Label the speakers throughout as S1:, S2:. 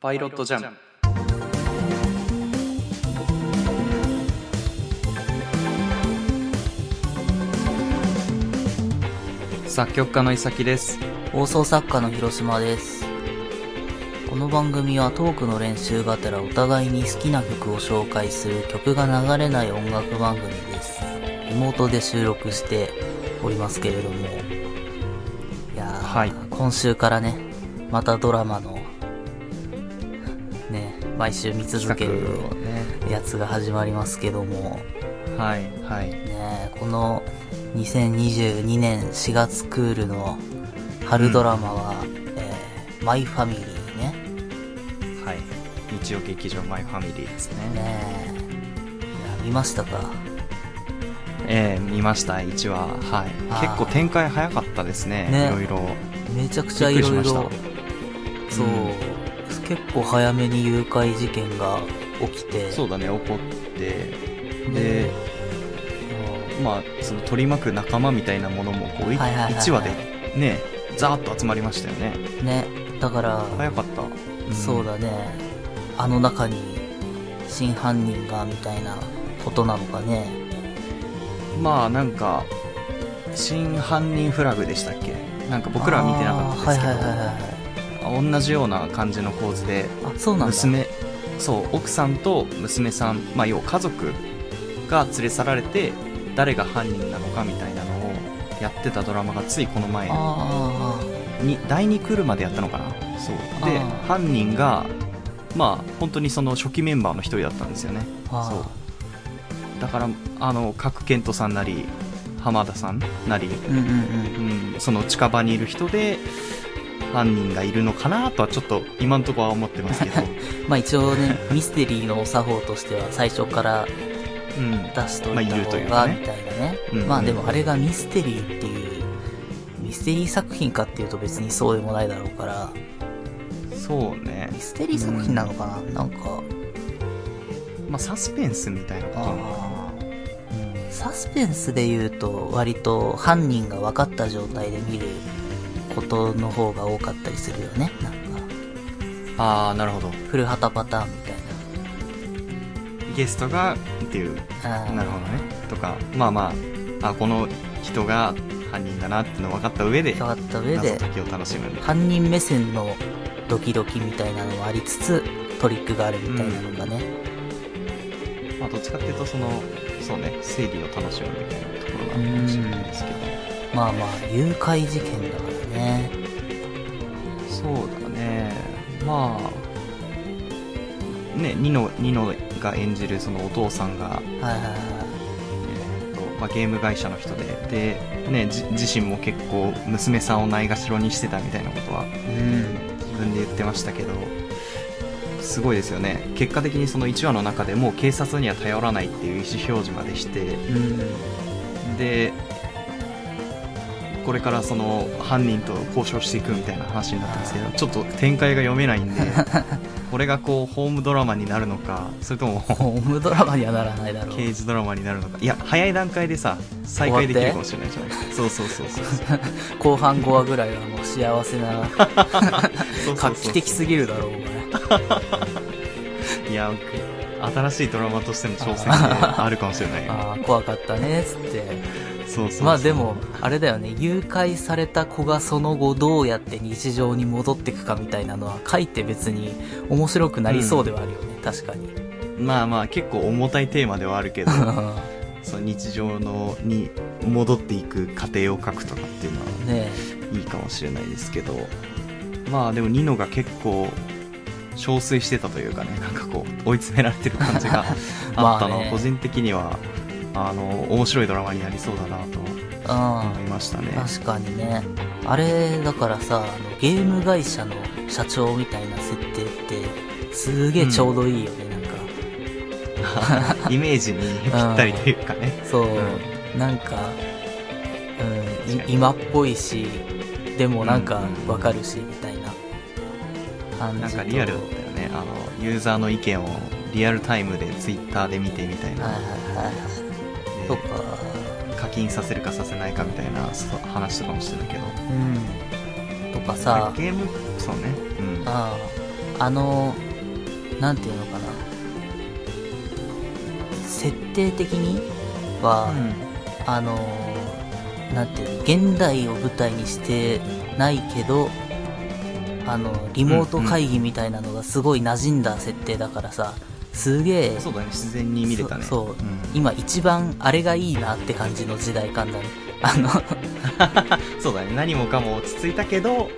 S1: パイロットじゃん。作曲家のいさきです。
S2: 放送作家の広島です。この番組はトークの練習がてらお互いに好きな曲を紹介する曲が流れない音楽番組です。リモートで収録しておりますけれども、いやー、
S1: はい
S2: 今週からね、またドラマの、ね、毎週見続ける
S1: 企画をね。
S2: やつが始まりますけども、
S1: はいはい。
S2: ねえこの2022年4月クールの春ドラマは、えーマイファミリーね。
S1: はい。日曜劇場マイファミリーですね。
S2: ねえ。いや見ましたか
S1: ええ見ました、1話。はい。
S2: あー
S1: 結構展開早かったですね。
S2: ね
S1: いろいろ。
S2: めちゃくち
S1: び
S2: ゃ
S1: っ
S2: い
S1: くりし
S2: ろ
S1: ま
S2: い
S1: した
S2: ろ、。そう、結構早めに誘拐事件が起きて、
S1: そうだね、怒って。
S2: ね
S1: で、まあ、その取り巻く仲間みたいなものも、こう、い
S2: はいはいはいはい
S1: 1話でね、ざーっと集まりましたよね。
S2: ね、だから、
S1: 早かった。うん
S2: そうだね、あの中に真犯人がみたいなことなのかね。
S1: まあなんか真犯人フラグでしたっけなんか僕らは見てなかったですけど、
S2: あーはいはいはいはいはい。
S1: 同じような感じの構図で
S2: あ、そうなんだ。
S1: 娘そう奥さんと娘さんまあ要は家族が連れ去られて誰が犯人なのかみたいなのをやってたドラマがついこの前
S2: あ
S1: に第2クールまでやったのかなそう
S2: あ
S1: で
S2: ー
S1: 犯人がまあ本当にその初期メンバーの一人だったんですよね
S2: ーあー、
S1: そうだからあの賀来賢人さんなり浜田さんなり
S2: うんうんうん。
S1: うん、その近場にいる人で犯人がいるのかなとはちょっと今のところは思ってますけど、
S2: まあ一応ね、ミステリーのお作法としては最初から
S1: うん、
S2: 出しといた
S1: まあいるとい
S2: 方
S1: う
S2: が、
S1: かね
S2: みたいなね
S1: うんうん。
S2: まあでもあれがミステリーっていう、ミステリー作品かっていうと別にそうでもないだろうから、
S1: そうね
S2: ミ、ステリー作品なのかな、なんか、
S1: まあ、サスペンスみたいなことなの
S2: あーサスペンスで言うと割と犯人が分かった状態で見ることの方が多かったりするよね。なんか、
S1: ああなるほど
S2: 古畑パターンみたい
S1: ゲストがっていう
S2: な。あー
S1: なるほどねとかまあまああこの人が犯人だなっての分かった上で
S2: 分かった上
S1: 謎
S2: で、
S1: 解きを楽しむんだ
S2: 犯人目線のドキドキみたいなのもありつつトリックがあるみたいなのがね、
S1: まあ、どっちかっていうとそのそうね推理を楽しむみたいなところがあるかもしれないですけど
S2: まあまあ誘拐事件だからね
S1: そうだねまあねニノニノが演じるそのお父さんが、
S2: はいはいは
S1: えーとまあ、ゲーム会社の人でで、ね、じ自身も結構娘さんをないがしろにしてたみたいなことはい
S2: うん
S1: 自分で言ってましたけどすごいですよね結果的にその1話の中でもう警察には頼らないっていう意思表示までして
S2: うん
S1: でこれからその犯人と交渉していくみたいな話になったんですけどちょっと展開が読めない んでこれがこうホームドラマになるのかそれとも
S2: ホームドラマにはならないだろう
S1: 刑事ドラマになるのかいや早い段階でさ再開できるかもしれないじゃないそうそうそうそうそう
S2: 後半5話ぐらいはもう 幸せな
S1: そうそ
S2: 画
S1: うそ
S2: 期
S1: う
S2: 的すぎるだろうこ
S1: いや新しいドラマとしての挑戦があるかもしれない
S2: れ
S1: よ
S2: ああ怖かったねっつって
S1: そうそうそう
S2: まあでもあれだよね誘拐された子がその後どうやって日常に戻ってくかみたいなのは書いて別に面白くなりそうではあるよね、確かに
S1: まあまあ結構重たいテーマではある けどその日常のに戻っていく過程を書くとかっていうのは
S2: ね
S1: いいかもしれないですけどまあでもニノが結構憔悴してたというかねなんかこう追い詰められてる感じがあったの
S2: まあ
S1: は、
S2: ね
S1: 個人的にはあの面白いドラマになりそうだなと
S2: え。うん。
S1: 思いましたね
S2: 確かにね。あれ、だからさ、あのゲーム会社の社長みたいな設定って、すげえちょうどいいよね、なんか。
S1: イメージにぴったりというかね
S2: そう、
S1: う
S2: なんか、うん
S1: 確か
S2: い、
S1: に
S2: 今っぽいし、でもなんか
S1: うんうん
S2: わかるし、みたいな感じと
S1: なんかリアルだったよねあのユーザーの意見をリアルタイムでツイッターで見てみたい
S2: はい
S1: な、
S2: はいはいはい。
S1: で
S2: そっか。
S1: 課金させるかさせないかみたいなそう話とかもしてたけど
S2: うん。とかさ、
S1: ゲームそうねうん
S2: ああのなんていうのかな設定的には、あのなんていうの現代を舞台にしてないけどあのリモート会議みたいなのがすごい馴染んだ設定だからさすげえ
S1: そうだね自然に見れたね
S2: そそう、
S1: ん
S2: 今一番あれがいいなって感じの時代感だねあのそう
S1: そうだね何もかも落ち着いたけど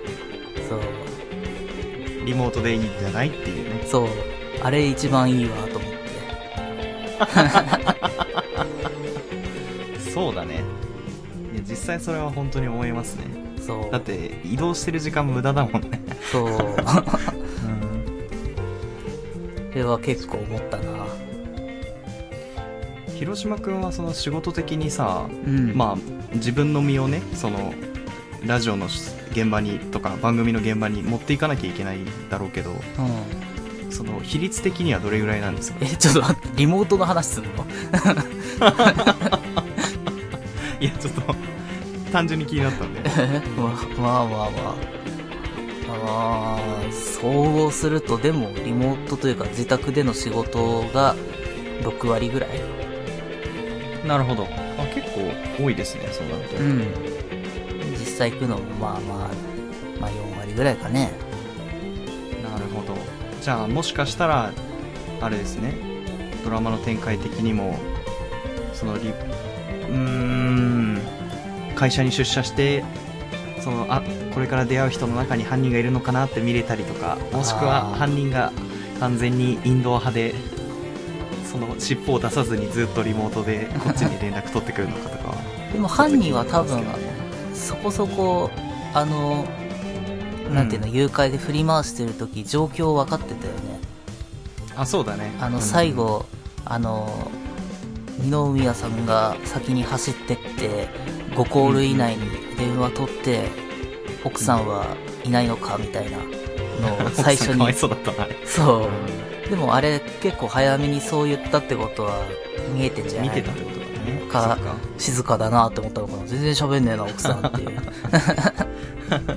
S1: リモートでいいんじゃないっていうね
S2: そうあれ一番いいわと思って
S1: そうだねいや実際それは本当に思いますね
S2: そう
S1: だって移動してる時間無駄だもんね
S2: そう それは結構思ったな
S1: 広島君はその仕事的にさ、
S2: うん
S1: まあ自分の身をねそのラジオの現場にとか番組の現場に持っていかなきゃいけないだろうけど
S2: うん、
S1: その比率的にはどれぐらいなんですか
S2: えちょっと待ってリモートの話すんの
S1: いやちょっと単純に気になったんで
S2: ままあまあまあ。ああ、そうすると、でも、リモートというか、自宅での仕事が6割ぐらい。
S1: なるほどあ結構多いですねそうなると
S2: ん。実際行くのも、まあまあ、まあ4割ぐらいかね。
S1: なるほどじゃあもしかしたらあれですねドラマの展開的にもそのリうーん会社に出社してそのあこれから出会う人の中に犯人がいるのかなって見れたりとかもしくは
S2: あー
S1: 犯人が完全にインドア派でその尻尾を出さずにずっとリモートでこっちに連絡取ってくるのかとかは
S2: でも、犯人は多
S1: そう
S2: 分
S1: ですけど、
S2: そこそこ、あの、
S1: うん
S2: なんていうの、誘拐で振り回してる時状況分かってたよね。
S1: あそうだね
S2: あ
S1: う
S2: の
S1: ん
S2: 最後、あの二宮さんが先に走ってって5コール以内に電話取って、奥さんはいないのかみたいなのを最 初
S1: かわ
S2: に
S1: いそうだったなあれ
S2: そうでもあれ結構早めにそう言ったってことは見えてんじゃない
S1: 見てたってことだね
S2: か
S1: そっか
S2: 静かだなって思ったのかな全然喋んねえな奥さんっていう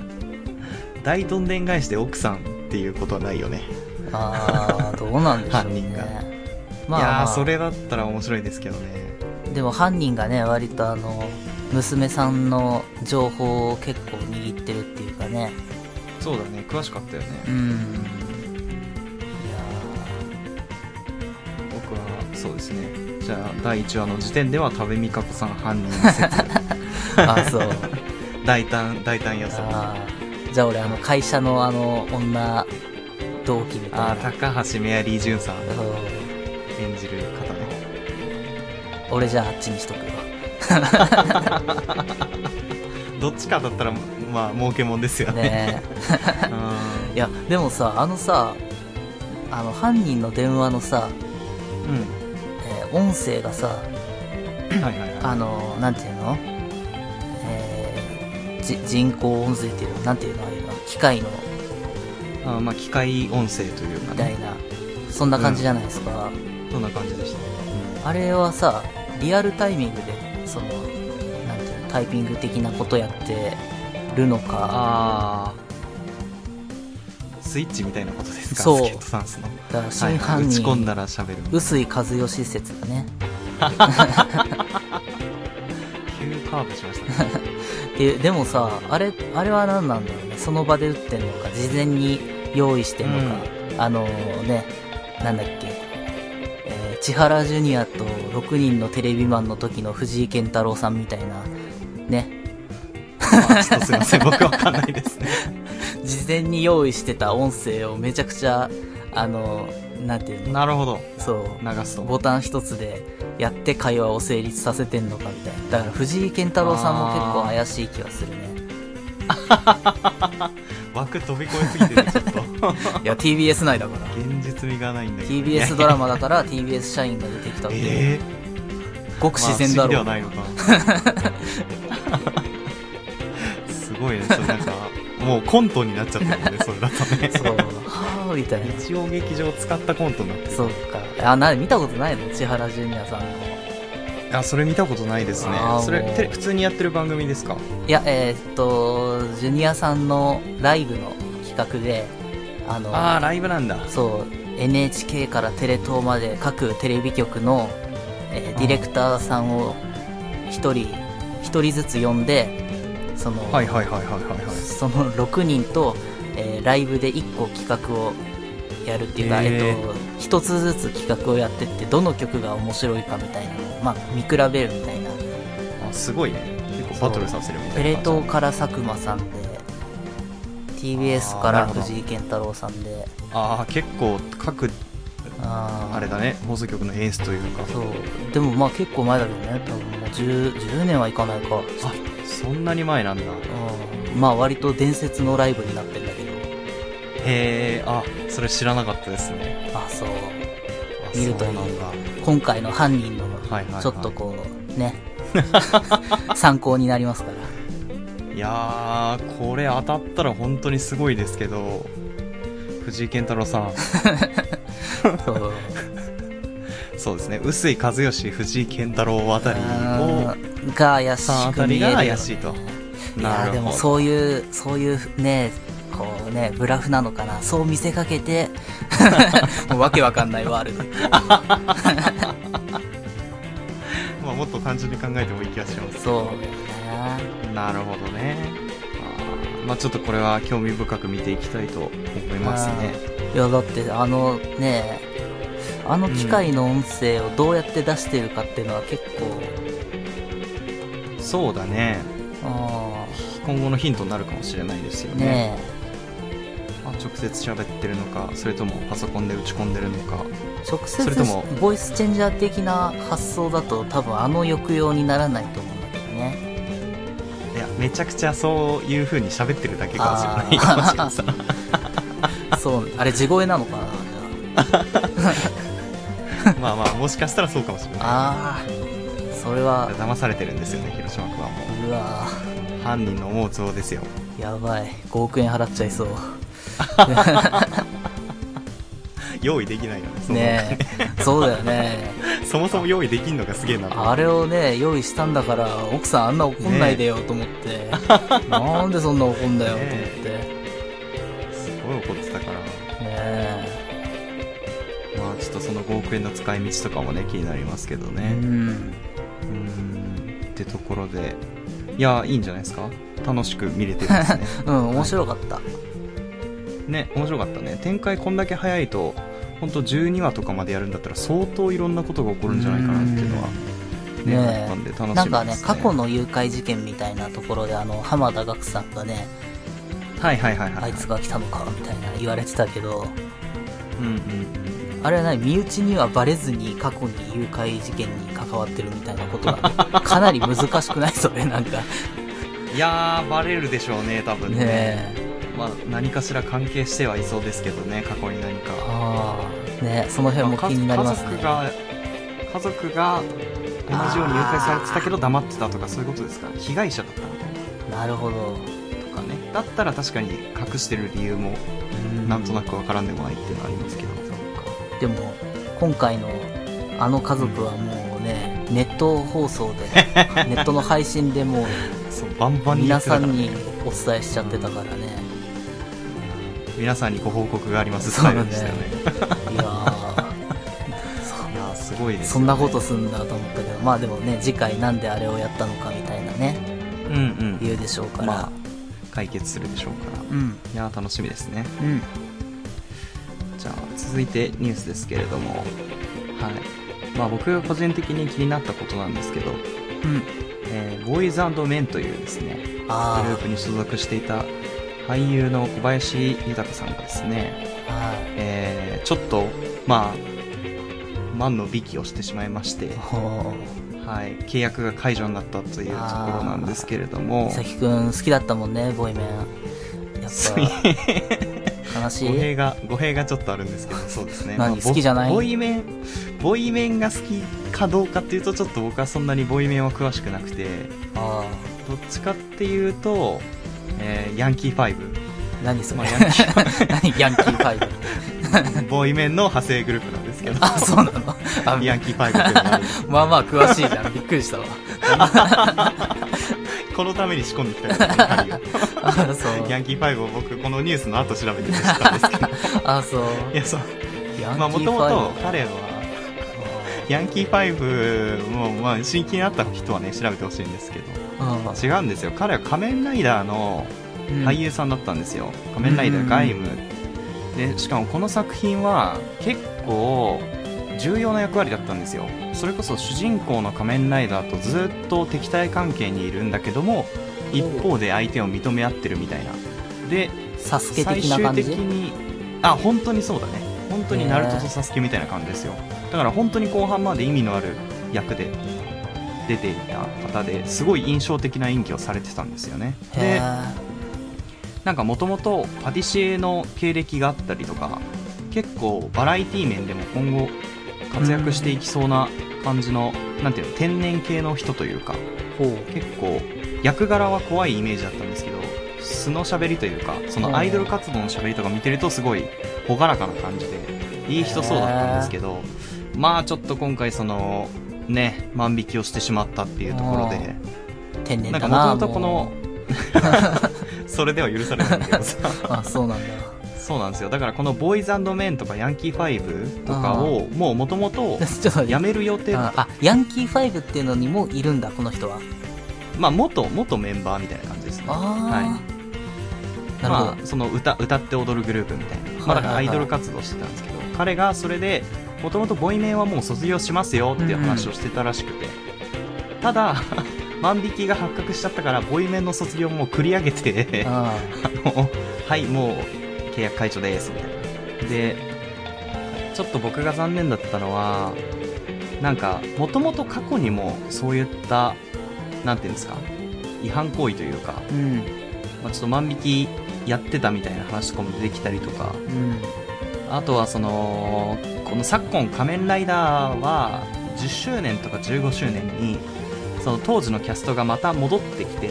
S1: 大どんでん返しで奥さんっていうことはないよね、
S2: ああどうなんでしょう
S1: 犯人が
S2: ねまあ、
S1: い
S2: ま
S1: や
S2: あ、
S1: ーそれだったら面白いですけどね
S2: でも犯人がね割とあの娘さんの情報を結構握ってるっていうかね
S1: そうだね詳しかったよね
S2: うん
S1: 僕はそうですねじゃあ第1話の時点では多部未華子さん犯人説
S2: いやーあそう
S1: 大胆大胆予想あ
S2: あーじゃあ俺あの会社のあの女同期みた
S1: あ
S2: いな
S1: ー高橋メアリージュンさん
S2: そう
S1: 演じる方ね
S2: 俺じゃああっちにしとくよ
S1: どっちかだったらまあ儲けもんですよね
S2: ね
S1: う
S2: えいやでもさあのさあの犯人の電話のさ、
S1: ん
S2: えー音声がさ
S1: はいはいはい
S2: あのなんていうの、えーじ人工音声っていうのなんていうのああいうの機械の
S1: あーまあ機械音声というか
S2: みたい
S1: ね
S2: なそんな感じじゃないですか、
S1: そんな感じでしたね
S2: あれはさリアルタイミングでそのなんていうのタイピング的なことやってるのか
S1: ああスイッチみたいなことですか
S2: そう
S1: スケートダンスの
S2: だから
S1: はい
S2: 真犯
S1: 打ち
S2: 人、
S1: 込んだら喋る
S2: 臼井和義説だね
S1: 急カーブしましたね
S2: ででもさあれあれは何なんだろうねその場で打ってんのか事前に用意してんのか、あのねなんだっけ、えー千原ジュニアと6人のテレビマンの時の藤井健太郎さんみたいなね
S1: まあちょっとすいません僕わかんないですね
S2: 事前に用意してた音声をめちゃくちゃあの なんていうの
S1: なるほど
S2: そう
S1: 流すと
S2: ボタン一つでやって会話を成立させてんのかみたいなだから藤井健太郎さんも結構怪しい気はするね
S1: 枠飛び越えすぎてねちょっと
S2: いや TBS 内だから
S1: 現実味がないんだけど
S2: TBS ドラマだから TBS 社員が出てきたっていう、
S1: ええ
S2: ごく自然だろう、
S1: まあ不思議ではないのか すごいですなんかもうコントになっちゃってるのでそれだと ね
S2: そうはあみたいな
S1: 日曜劇場を使ったコントになってる
S2: そうかあな見たことないの千原ジュニアさんの
S1: あそれ見たことないですね
S2: あー
S1: それ
S2: もう
S1: て普通にやってる番組ですか
S2: いやえーっとジュニアさんのライブの企画であの
S1: ああライブなんだ
S2: そう NHK からテレ東まで各テレビ局の、えーディレクターさんを一人一人ずつ呼んでその,、
S1: はいはいはいはいはいはい
S2: その6人と、えーライブで1個企画をやるっていうか、
S1: へー
S2: えっと、1つずつ企画をやってってどの曲が面白いかみたいなのを、まあ、見比べるみたいな
S1: あすごいね結構バトルさせるみた
S2: テ
S1: い
S2: レ
S1: な感
S2: 東
S1: じ
S2: から佐久間さんで TBS か
S1: あーな
S2: ら
S1: るほど
S2: 藤井健太郎さんで
S1: ああ結構各
S2: あー
S1: あれだね放送局のエースというか
S2: そうでもまあ結構前だけどね多分もう 10, 10年はいかないか
S1: あそんなに前なんだ
S2: うんまあ割と伝説のライブになってんだけど
S1: へえあそれ知らなかったですね
S2: あそう
S1: あ
S2: 見るとい
S1: そう
S2: い
S1: なんだ
S2: 今回の犯人の
S1: はいはいはい
S2: ちょっとこうね 参考になりますから
S1: いやーこれ当たったら本当にすごいですけど藤井健太郎さん
S2: そう
S1: そうですね臼井和義藤井健太郎あたり
S2: あ
S1: を
S2: ーが怪
S1: さん
S2: し
S1: あ
S2: く
S1: た
S2: 見え
S1: り
S2: るよ
S1: が
S2: ね
S1: 怪しいと
S2: い
S1: な
S2: や
S1: る
S2: でも
S1: ほど
S2: そういうそういうねこうねブラフなのかなそう見せかけて もうわけわかんないワールド
S1: まあもっと単純に考えてもいい気がします
S2: そうだな
S1: なるほどねあーまあちょっとこれは興味深く見ていきたいと思いますね
S2: いやだってあのねあの機械の音声をどうやって出してるかっていうのは結構、
S1: そうだね
S2: あ
S1: 今後のヒントになるかもしれないですよ
S2: ー
S1: ね
S2: ね
S1: まあ、直接喋ってるのかそれともパソコンで打ち込んでるのか
S2: え直接
S1: それとも
S2: ボイスチェンジャー的な発想だと多分あの抑揚にならないと思うんだけどね
S1: いやめちゃくちゃそういう風に喋ってるだけかもしれない
S2: あー
S1: かもしれないさ
S2: そうあれ地声なのかな
S1: まあまあもしかしたらそうかもしれない
S2: ああーそれは
S1: 騙されてるんですよね広島区はも
S2: うわ
S1: う犯人の思うつぼですよ
S2: ーやばい5億円払っちゃいそう
S1: 用意できないよねその
S2: ねえそうだよね
S1: そもそも用意できんのがすげえなと思
S2: あ
S1: って
S2: れをね、用意したんだから、奥さんあんな怒んないでよと思って、 なんでそんな怒んだよと思って、ね
S1: すごい怒ってたから
S2: え、
S1: まあちょっとその5億円の使い道とかもね気になりますけど
S2: う
S1: ね
S2: ん、
S1: うーんってところでいやいいんじゃないですか楽しく見れてるん ですね
S2: うん、面白かった。
S1: ね面白かったね展開こんだけ早いと本当12話とかまでやるんだったら相当いろんなことが起こるんじゃないかなっていうのはねあ
S2: ね
S1: ったんで楽しみです、ね、
S2: なんかね、過去の誘拐事件みたいなところで、あの、浜田岳さんがね、
S1: はいはいはいはい
S2: あいつが来たのか、みたいな言われてたけど、
S1: うんうんうん
S2: あれは何身内にはバレずに過去に誘拐事件に関わってるみたいなことが、 かなり難しくないそれ、なんか。
S1: いやーバレるでしょうね多分ね
S2: ねえ。
S1: まあ何かしら関係してはいそうですけどね過去に何か
S2: ああ、ねえその辺も
S1: まあ
S2: 気になりますね。
S1: 家族が家族が同じように誘拐されてたけど黙ってたとかそういうことですか被害者だったみたい
S2: なるほど。
S1: なとかねだったら確かに隠してる理由もなんとなくわからんでもないっていうのはありますけど、
S2: でも今回のあの家族はもうねネット放 送でネットの配信でも
S1: そうバンバ
S2: う
S1: ンに言
S2: 皆
S1: ってた
S2: さ
S1: から
S2: んにお伝えしちゃってたからね
S1: 皆さんにご報告があります
S2: そうだね
S1: スタイルでしたよね
S2: いやー
S1: いやーすごいです
S2: そんなことすんだと思ったけどまあでもね次回なんであれをやったのかみたいなね
S1: うんうん
S2: 言うでしょうから、
S1: まあ解決するでしょうから
S2: うん
S1: いやー楽しみですね
S2: うん
S1: じゃあ続いてニュースですけれどもはいまあ僕個人的に気になったことなんですけど、
S2: うん
S1: えーボーイズメンというですねグル
S2: あ
S1: ープに所属していた俳優の小林豊さんがですね、
S2: ーあ
S1: えーちょっとまあ万の引きをしてしまいまして
S2: ーほ
S1: はい、契約が解除になったというところなんですけれど
S2: う
S1: も
S2: 美、咲くん好きだったもんねボイメンやっぱ悲し
S1: 語弊
S2: い
S1: が、語弊がちょっとあるんですけど、そうですね。
S2: 何
S1: まあ
S2: 好きじゃない
S1: ボボイメン、ボイメンが好きかどうかっていうと、ちょっと僕はそんなにボイメンは詳しくなくて、
S2: あ
S1: どっちかっていうと、えーヤンキー5。
S2: ー何それ、
S1: まあ、ヤンキー
S2: 何ヤンキーファ イブ
S1: ボイメンの派生グループなんですけど、
S2: あ、そうなのあ
S1: ヤンキー5っていうのがあるんです
S2: まあまあ詳しいじゃん。びっくりしたわ。
S1: このために仕込んできたよこの針を
S2: あそう
S1: ヤンキー5を僕このニュースの後調べて知ったんですけど
S2: あそう
S1: いやそう
S2: ヤン
S1: まあも
S2: キー
S1: と
S2: フ
S1: も
S2: ァイ
S1: と彼はヤンキー5もまあ新規になった人はね調べてほしいんですけど違うんですよ彼は仮面ライダーの
S2: うん
S1: 俳優さんだったんですよ「仮面ライダーガイム」でしかもこの作品は結構重要な役割だったんですよそれこそ主人公の仮面ライダーとずっと敵対関係にいるんだけども一方で相手を認め合ってるみたいなで
S2: サスケ
S1: 最
S2: 的な
S1: 終
S2: 感
S1: 的
S2: じ
S1: にあ本当にそうだね本当にナルト
S2: へ
S1: と
S2: ー
S1: サスケみたいな感じですよだから本当に後半まで意味のある役で出ていた方ですごい印象的な演技をされてたんですよね
S2: へ
S1: でなんかもともとパティシエの経歴があったりとか結構バラエティ面でも今後活躍していきそうな感じの、なんていうの天然系の人というか
S2: ーほう
S1: 結構役柄は怖いイメージだったんですけど素の喋りというかそのアイドル活動の喋りとか見てるとすごい朗らかな感じでいい人そうだったんですけどまあちょっと今回そのね万引きをしてしまったっていうところで
S2: 天
S1: な
S2: 然
S1: ん
S2: だ
S1: か
S2: な
S1: もともとこの それでは許されないんだけどさ
S2: もうあそうなんだ
S1: そうなんですよだからこの「ボーイズメン」とか「ヤンキー5」とかをもうもともと
S2: ちょっと
S1: やめる予定
S2: ああヤンキー5っていうのにもいるんだこの人は
S1: まあ元元メンバーみたいな感じですね
S2: ああ、
S1: はい
S2: なるほど、
S1: まあ、その歌歌って踊るグループみたいな、まあ、だからアイドル活動してたんですけど、彼がそれでもともとボイメンはもう卒業しますよっていう話をしてたらしくて、ただ 万引きが発覚しちゃったからボイメンの卒業も繰り上げてあ
S2: あ
S1: のはい もう契約解除ですみたいなでちょっと僕が残念だったのはなんかもともと過去にもそういったなんていうんですか違反行為というか
S2: ーうん
S1: まあ、ちょっと万引きやってたみたいな話とかも出てきたりとか
S2: うん
S1: あとはそのこの昨今「仮面ライダー」は10周年とか15周年にその当時のキャストがまた戻ってきて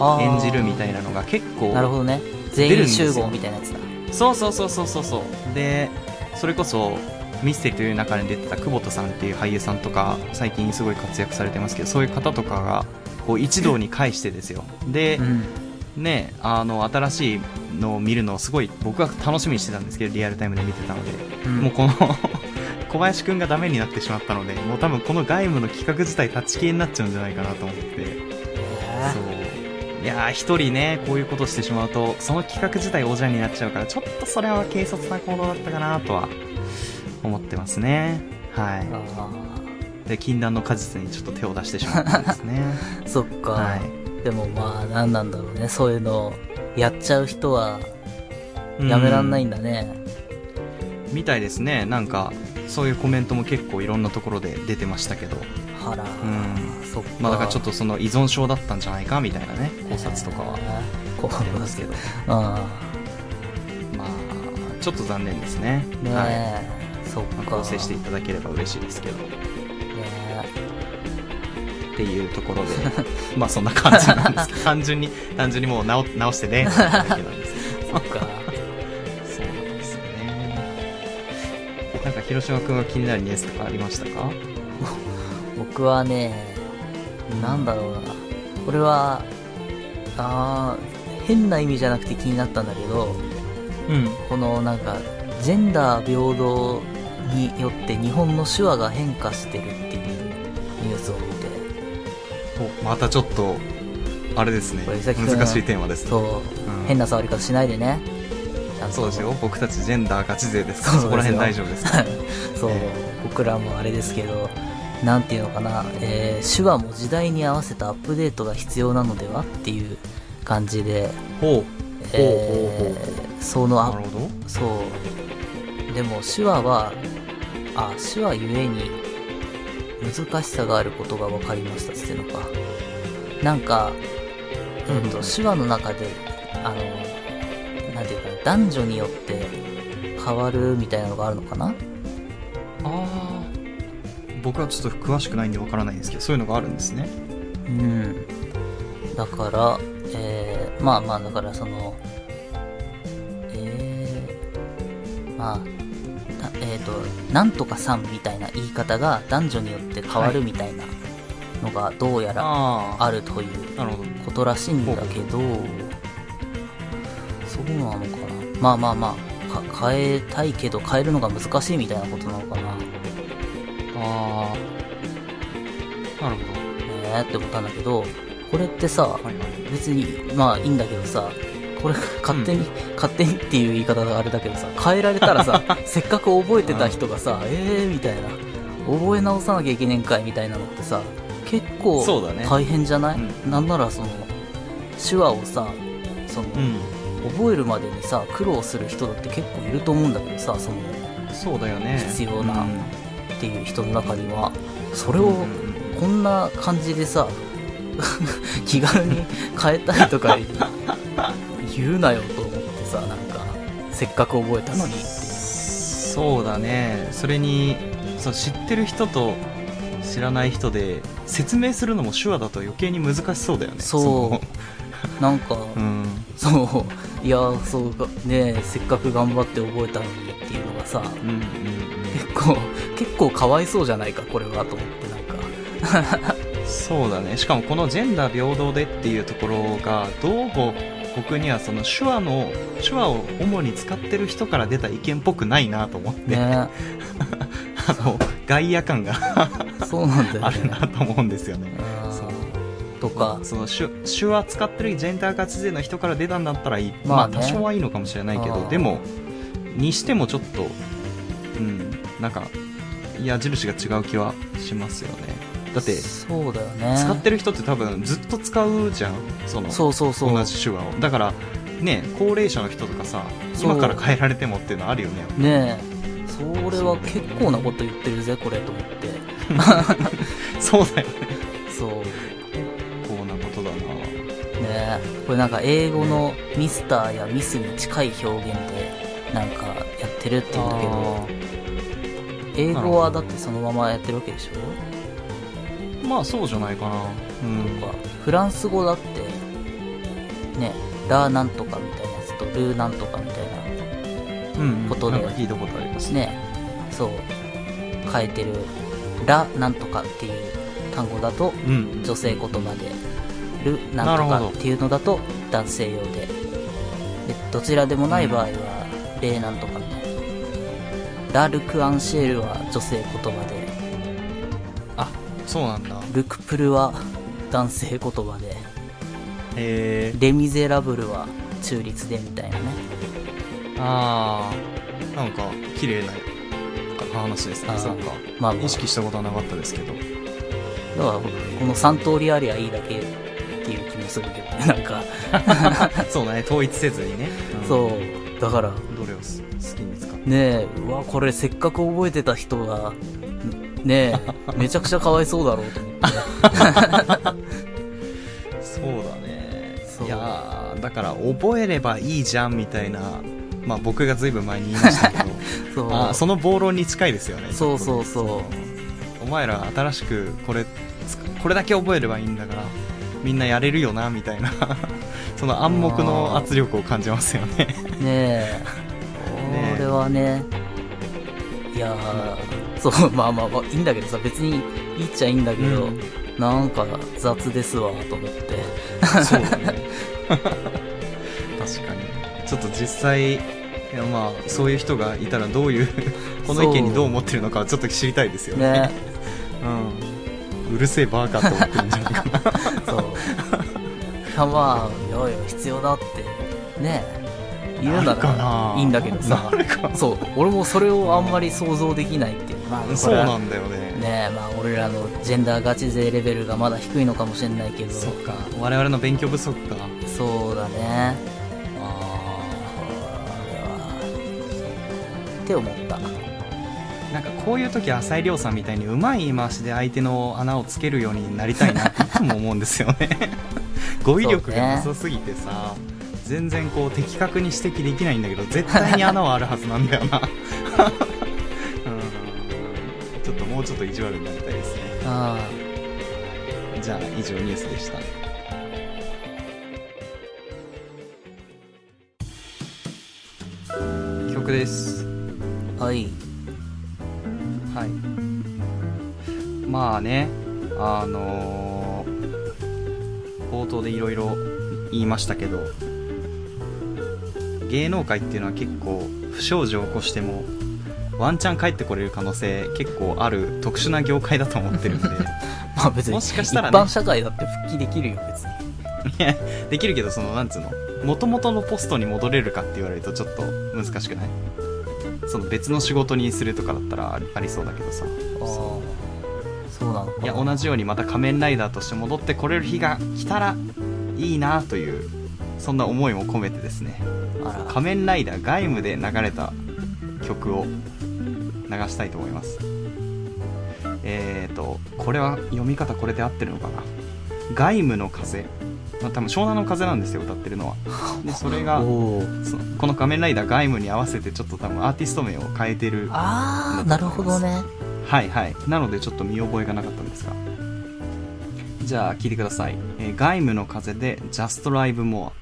S2: あー
S1: 演じるみたいなのが結構
S2: なるほどね
S1: 出るん
S2: 全
S1: で
S2: 員
S1: すよ
S2: 集合みたいなやつだ
S1: そうそうそうそうそうそうでそれこそ「ミステリー」という中に出てた久保田さんっていう俳優さんとか最近すごい活躍されてますけどそういう方とかがこう一堂に会してですよで、
S2: うん
S1: ね、あの新しいのを見るのをすごい僕は楽しみにしてたんですけどリアルタイムで見てたので、
S2: うん
S1: もうこの 小林くんがダメになってしまったのでもう多分この外務の企画自体立ち消えになっちゃうんじゃないかなと思ってそういやー一人ねこういうことしてしまうとその企画自体おじゃんになっちゃうからちょっとそれは軽率な行動だったかなとは思ってますねは
S2: あ
S1: いで禁断の果実にちょっと手を出してしまったんです ね
S2: ーそっか、
S1: はい
S2: でもまあ何なんだろうねそういうのをやっちゃう人はやめらんないんだね、
S1: みたいですねなんかそういうコメントも結構いろんなところで出てましたけど、
S2: はら、
S1: ん
S2: そっか
S1: まあ、だからちょっ
S2: と
S1: とその依存症だったんじゃないかみたいなね考察とかは
S2: 考
S1: あります
S2: 察
S1: けど
S2: あ
S1: まあちょっと残念ですね
S2: あねえ、
S1: はい
S2: そっ
S1: まあ
S2: か
S1: 構成していただければ嬉しいですけどっ
S2: ね
S1: ていうとこ ろでまあそんな感じなん ですけど単純に単純にもう直直してねってだけなんです
S2: えそっ
S1: け
S2: か
S1: どそうなんですよねなんか広島君は気になるニュースとかありましたか
S2: 僕はね、なんだろうな。俺は、あー変な意味じゃなくて気になったんだけど、
S1: うん
S2: このなんか、ジェンダー平等によって日本の手話が変化してるっていうニュースを見て、
S1: おまたちょっとあれですね
S2: これ江崎君
S1: 難しいテーマですね
S2: そう、
S1: うん
S2: 変な触り方しないでね。ちゃんと
S1: そうですよ。僕たちジェンダーガチ勢ですから
S2: そう
S1: そこ
S2: ですよ
S1: ら辺大丈夫ですか
S2: そう、僕らもあれですけど、なんていうのかな、えー手話も時代に合わせたアップデートが必要なのではっていう感じで、
S1: ほう
S2: えーそのア
S1: な
S2: ッ
S1: るほど
S2: プそうでも手話はあ手話ゆえに難しさがあることが分かりましたっていうのかなんか、
S1: うん
S2: えっと手話の中であのなんていうかな男女によって変わるみたいなのがあるのかな
S1: あー僕はちょっと詳しくないんでわからないんですけどそういうのがあるんですね
S2: うんだから、えー、まあまあだからそのえー、まあたえっ、と「なんとかさん」みたいな言い方が男女によって変わるみたいなのがどうやら
S1: あ
S2: あるという
S1: あなるほど
S2: ことらしいんだけどそうなのかなまあまあまあか変えたいけど変えるのが難しいみたいなことなのかな
S1: ああなるほど
S2: えーって思ったんだけどこれってさ
S1: はいはい
S2: 別にまあいいんだけどさこれ勝手に、勝手にっていう言い方があれだけどさ変えられた らさせっかく覚えてた人がさ、えーみたいな覚え直さなきゃいけねえんかいみたいなのってさ結構
S1: そうだね
S2: 大変じゃない、
S1: う
S2: なんならその手話をさその、
S1: う
S2: 覚えるまでにさ苦労する人だって結構いると思うんだけどさその
S1: んそうだよね
S2: 必要な
S1: うん
S2: っていう人の中にはそれ
S1: う
S2: を
S1: んうんうん
S2: こんな感じでさ 気軽に変えたいとか言うなよと思ってさなんかせっかく覚えたのにって
S1: そうだねそれにそう知ってる人と知らない人で説明するのも手話だと余計に難しそうだよね
S2: そうなんか、
S1: そのうん
S2: そういやそうかねえせっかく頑張って覚えたのにっていうのがさ
S1: うんうん
S2: 結構結構かわいそうじゃないかこれはと思ってなんか
S1: うんそうだねしかもこのジェンダー平等でっていうところがどうも僕にはその手話の手話を主に使ってる人から出た意見っぽくないなと思って、
S2: ね
S1: あの外野感 が
S2: そうなんだよね
S1: あるなと思うんですよね
S2: うん
S1: そう
S2: とか、
S1: その手手話使ってるジェンダー活税の人から出たんだったらいい、
S2: ま
S1: ま
S2: あ
S1: あ
S2: ね
S1: 多少はいいのかもしれないけど
S2: あー
S1: でもにしてもちょっとうんなんか矢印が違う気はしますよねだって
S2: そうだよね
S1: 使ってる人って多分ずっと使うじゃんその
S2: そうそうそう
S1: 同じ手話をだからね高齢者の人とかさ
S2: そう
S1: 今から変えられてもっていうのあるよね
S2: ねえそれは結構なこと言ってるぜこれと思って
S1: そうだよね
S2: そう
S1: こうなことだな
S2: ねえこれなんか英語のミスターやミスに近い表現でなんかやってるって言うんだけど
S1: あー
S2: 英語はだってそのままやってるわけでしょ
S1: まあそうじゃないかなうん
S2: とかフランス語だってねラーなんとかみたいなやつとルーなんとかみたいな
S1: うん
S2: ことで
S1: なんか聞いたことあります
S2: ねそう変えてるラなんとかっていう単語だと
S1: うん
S2: 女性言葉でるなんと
S1: なる
S2: か
S1: ほ
S2: っ
S1: ど
S2: ていうのだと男性用ででどちらでもない場合は例なんとかみたいなラ・ルク・アンシェールは女性言葉で
S1: あそうなんだ
S2: ルク・プルは男性言葉で
S1: え
S2: レ・ミゼラブルは中立でみたいなね
S1: ー、あーなんか綺麗な話です
S2: あ
S1: ね
S2: ー
S1: そっか
S2: まあまあ
S1: 意識したことはなかったですけど
S2: だからこの3通りありゃいいだけっていう気もするけどねなんか
S1: そうだね統一せずにね、
S2: そううだから
S1: んどれをす好きに使って
S2: ねえうわこれせっかく覚えてた人がねえめちゃくちゃかわいそうだろうと思って
S1: そうだね
S2: そ う
S1: いやーだから覚えればいいじゃんみたいなまあ僕がずいぶん前に言いましたけど
S2: そう
S1: あーその暴論に近いですよね
S2: そうそうそう
S1: お前ら新しくこれつこれだけ覚えればいいんだからみんなやれるよなみたいな その暗黙の圧力を感じますよね
S2: ねえ
S1: ねえ
S2: これはねいやーそう まあまあまあいいんだけどさ別にいいっちゃいいんだけど、
S1: うん
S2: なんか雑ですわと思って
S1: そうだね確かにちょっと実際いやまあそういう人がいたらどういう この意見にどう思ってるのかはちょっと知りたいですよね
S2: ね
S1: うん、うるせえバーカと思ってるんじゃないかな
S2: そういやまあよいよ必要だってねえ言うな
S1: るから
S2: いいんだけどさ
S1: なるか
S2: そう俺もそれをあんまり想像できないっていうまあこれは
S1: そうなんだよね
S2: ねえまあ俺らのジェンダーガチ勢レベルがまだ低いのかもしれないけど
S1: そっか我々の勉強不足か
S2: そうだね
S1: あ
S2: これはって思った
S1: ーなんかこういう時浅井亮さんみたいにうまい言い回しで相手の穴をつけるようになりたいなっていつも思うんですよね 語彙力がなさすぎてさ、全然こう的確に指摘できないんだけど絶対に穴はあるはずなんだよな うんちょっともうちょっと意地悪になりたいですね
S2: あ
S1: じゃあ以上ニュースでした曲です
S2: あはい
S1: はいまあねあの冒頭でいろいろ言いましたけど芸能界っていうのは結構不祥事を起こしてもワンチャン帰ってこれる可能性結構ある特殊な業界だと思ってるんで
S2: まあ別に、
S1: もしかしたら
S2: 一
S1: ね
S2: 般社会だって復帰できるよ、別に。
S1: いや できるけどそのなんつうの元々のポストに戻れるかって言われるとちょっと難しくないその別の仕事にするとかだったらありありそうだけどさ
S2: ああ、そうなのか。
S1: いや同じようにまた仮面ライダーとして戻ってこれる日が来たらいいなというそんな思いも込めてですね
S2: あら、
S1: 仮面ライダー外務で流れた曲を流したいと思いますえーとこれは読み方これで合ってるのかな外務の風、まあ、多分湘南の風なんですよ歌ってるのは でそれが
S2: おー
S1: そのこの仮面ライダー外務に合わせてちょっと多分アーティスト名を変えてる
S2: ああ、なるほどね。
S1: はいはいなのでちょっと見覚えがなかったんですがじゃあ聞いてください「えー、外務の風」で「Just Live More」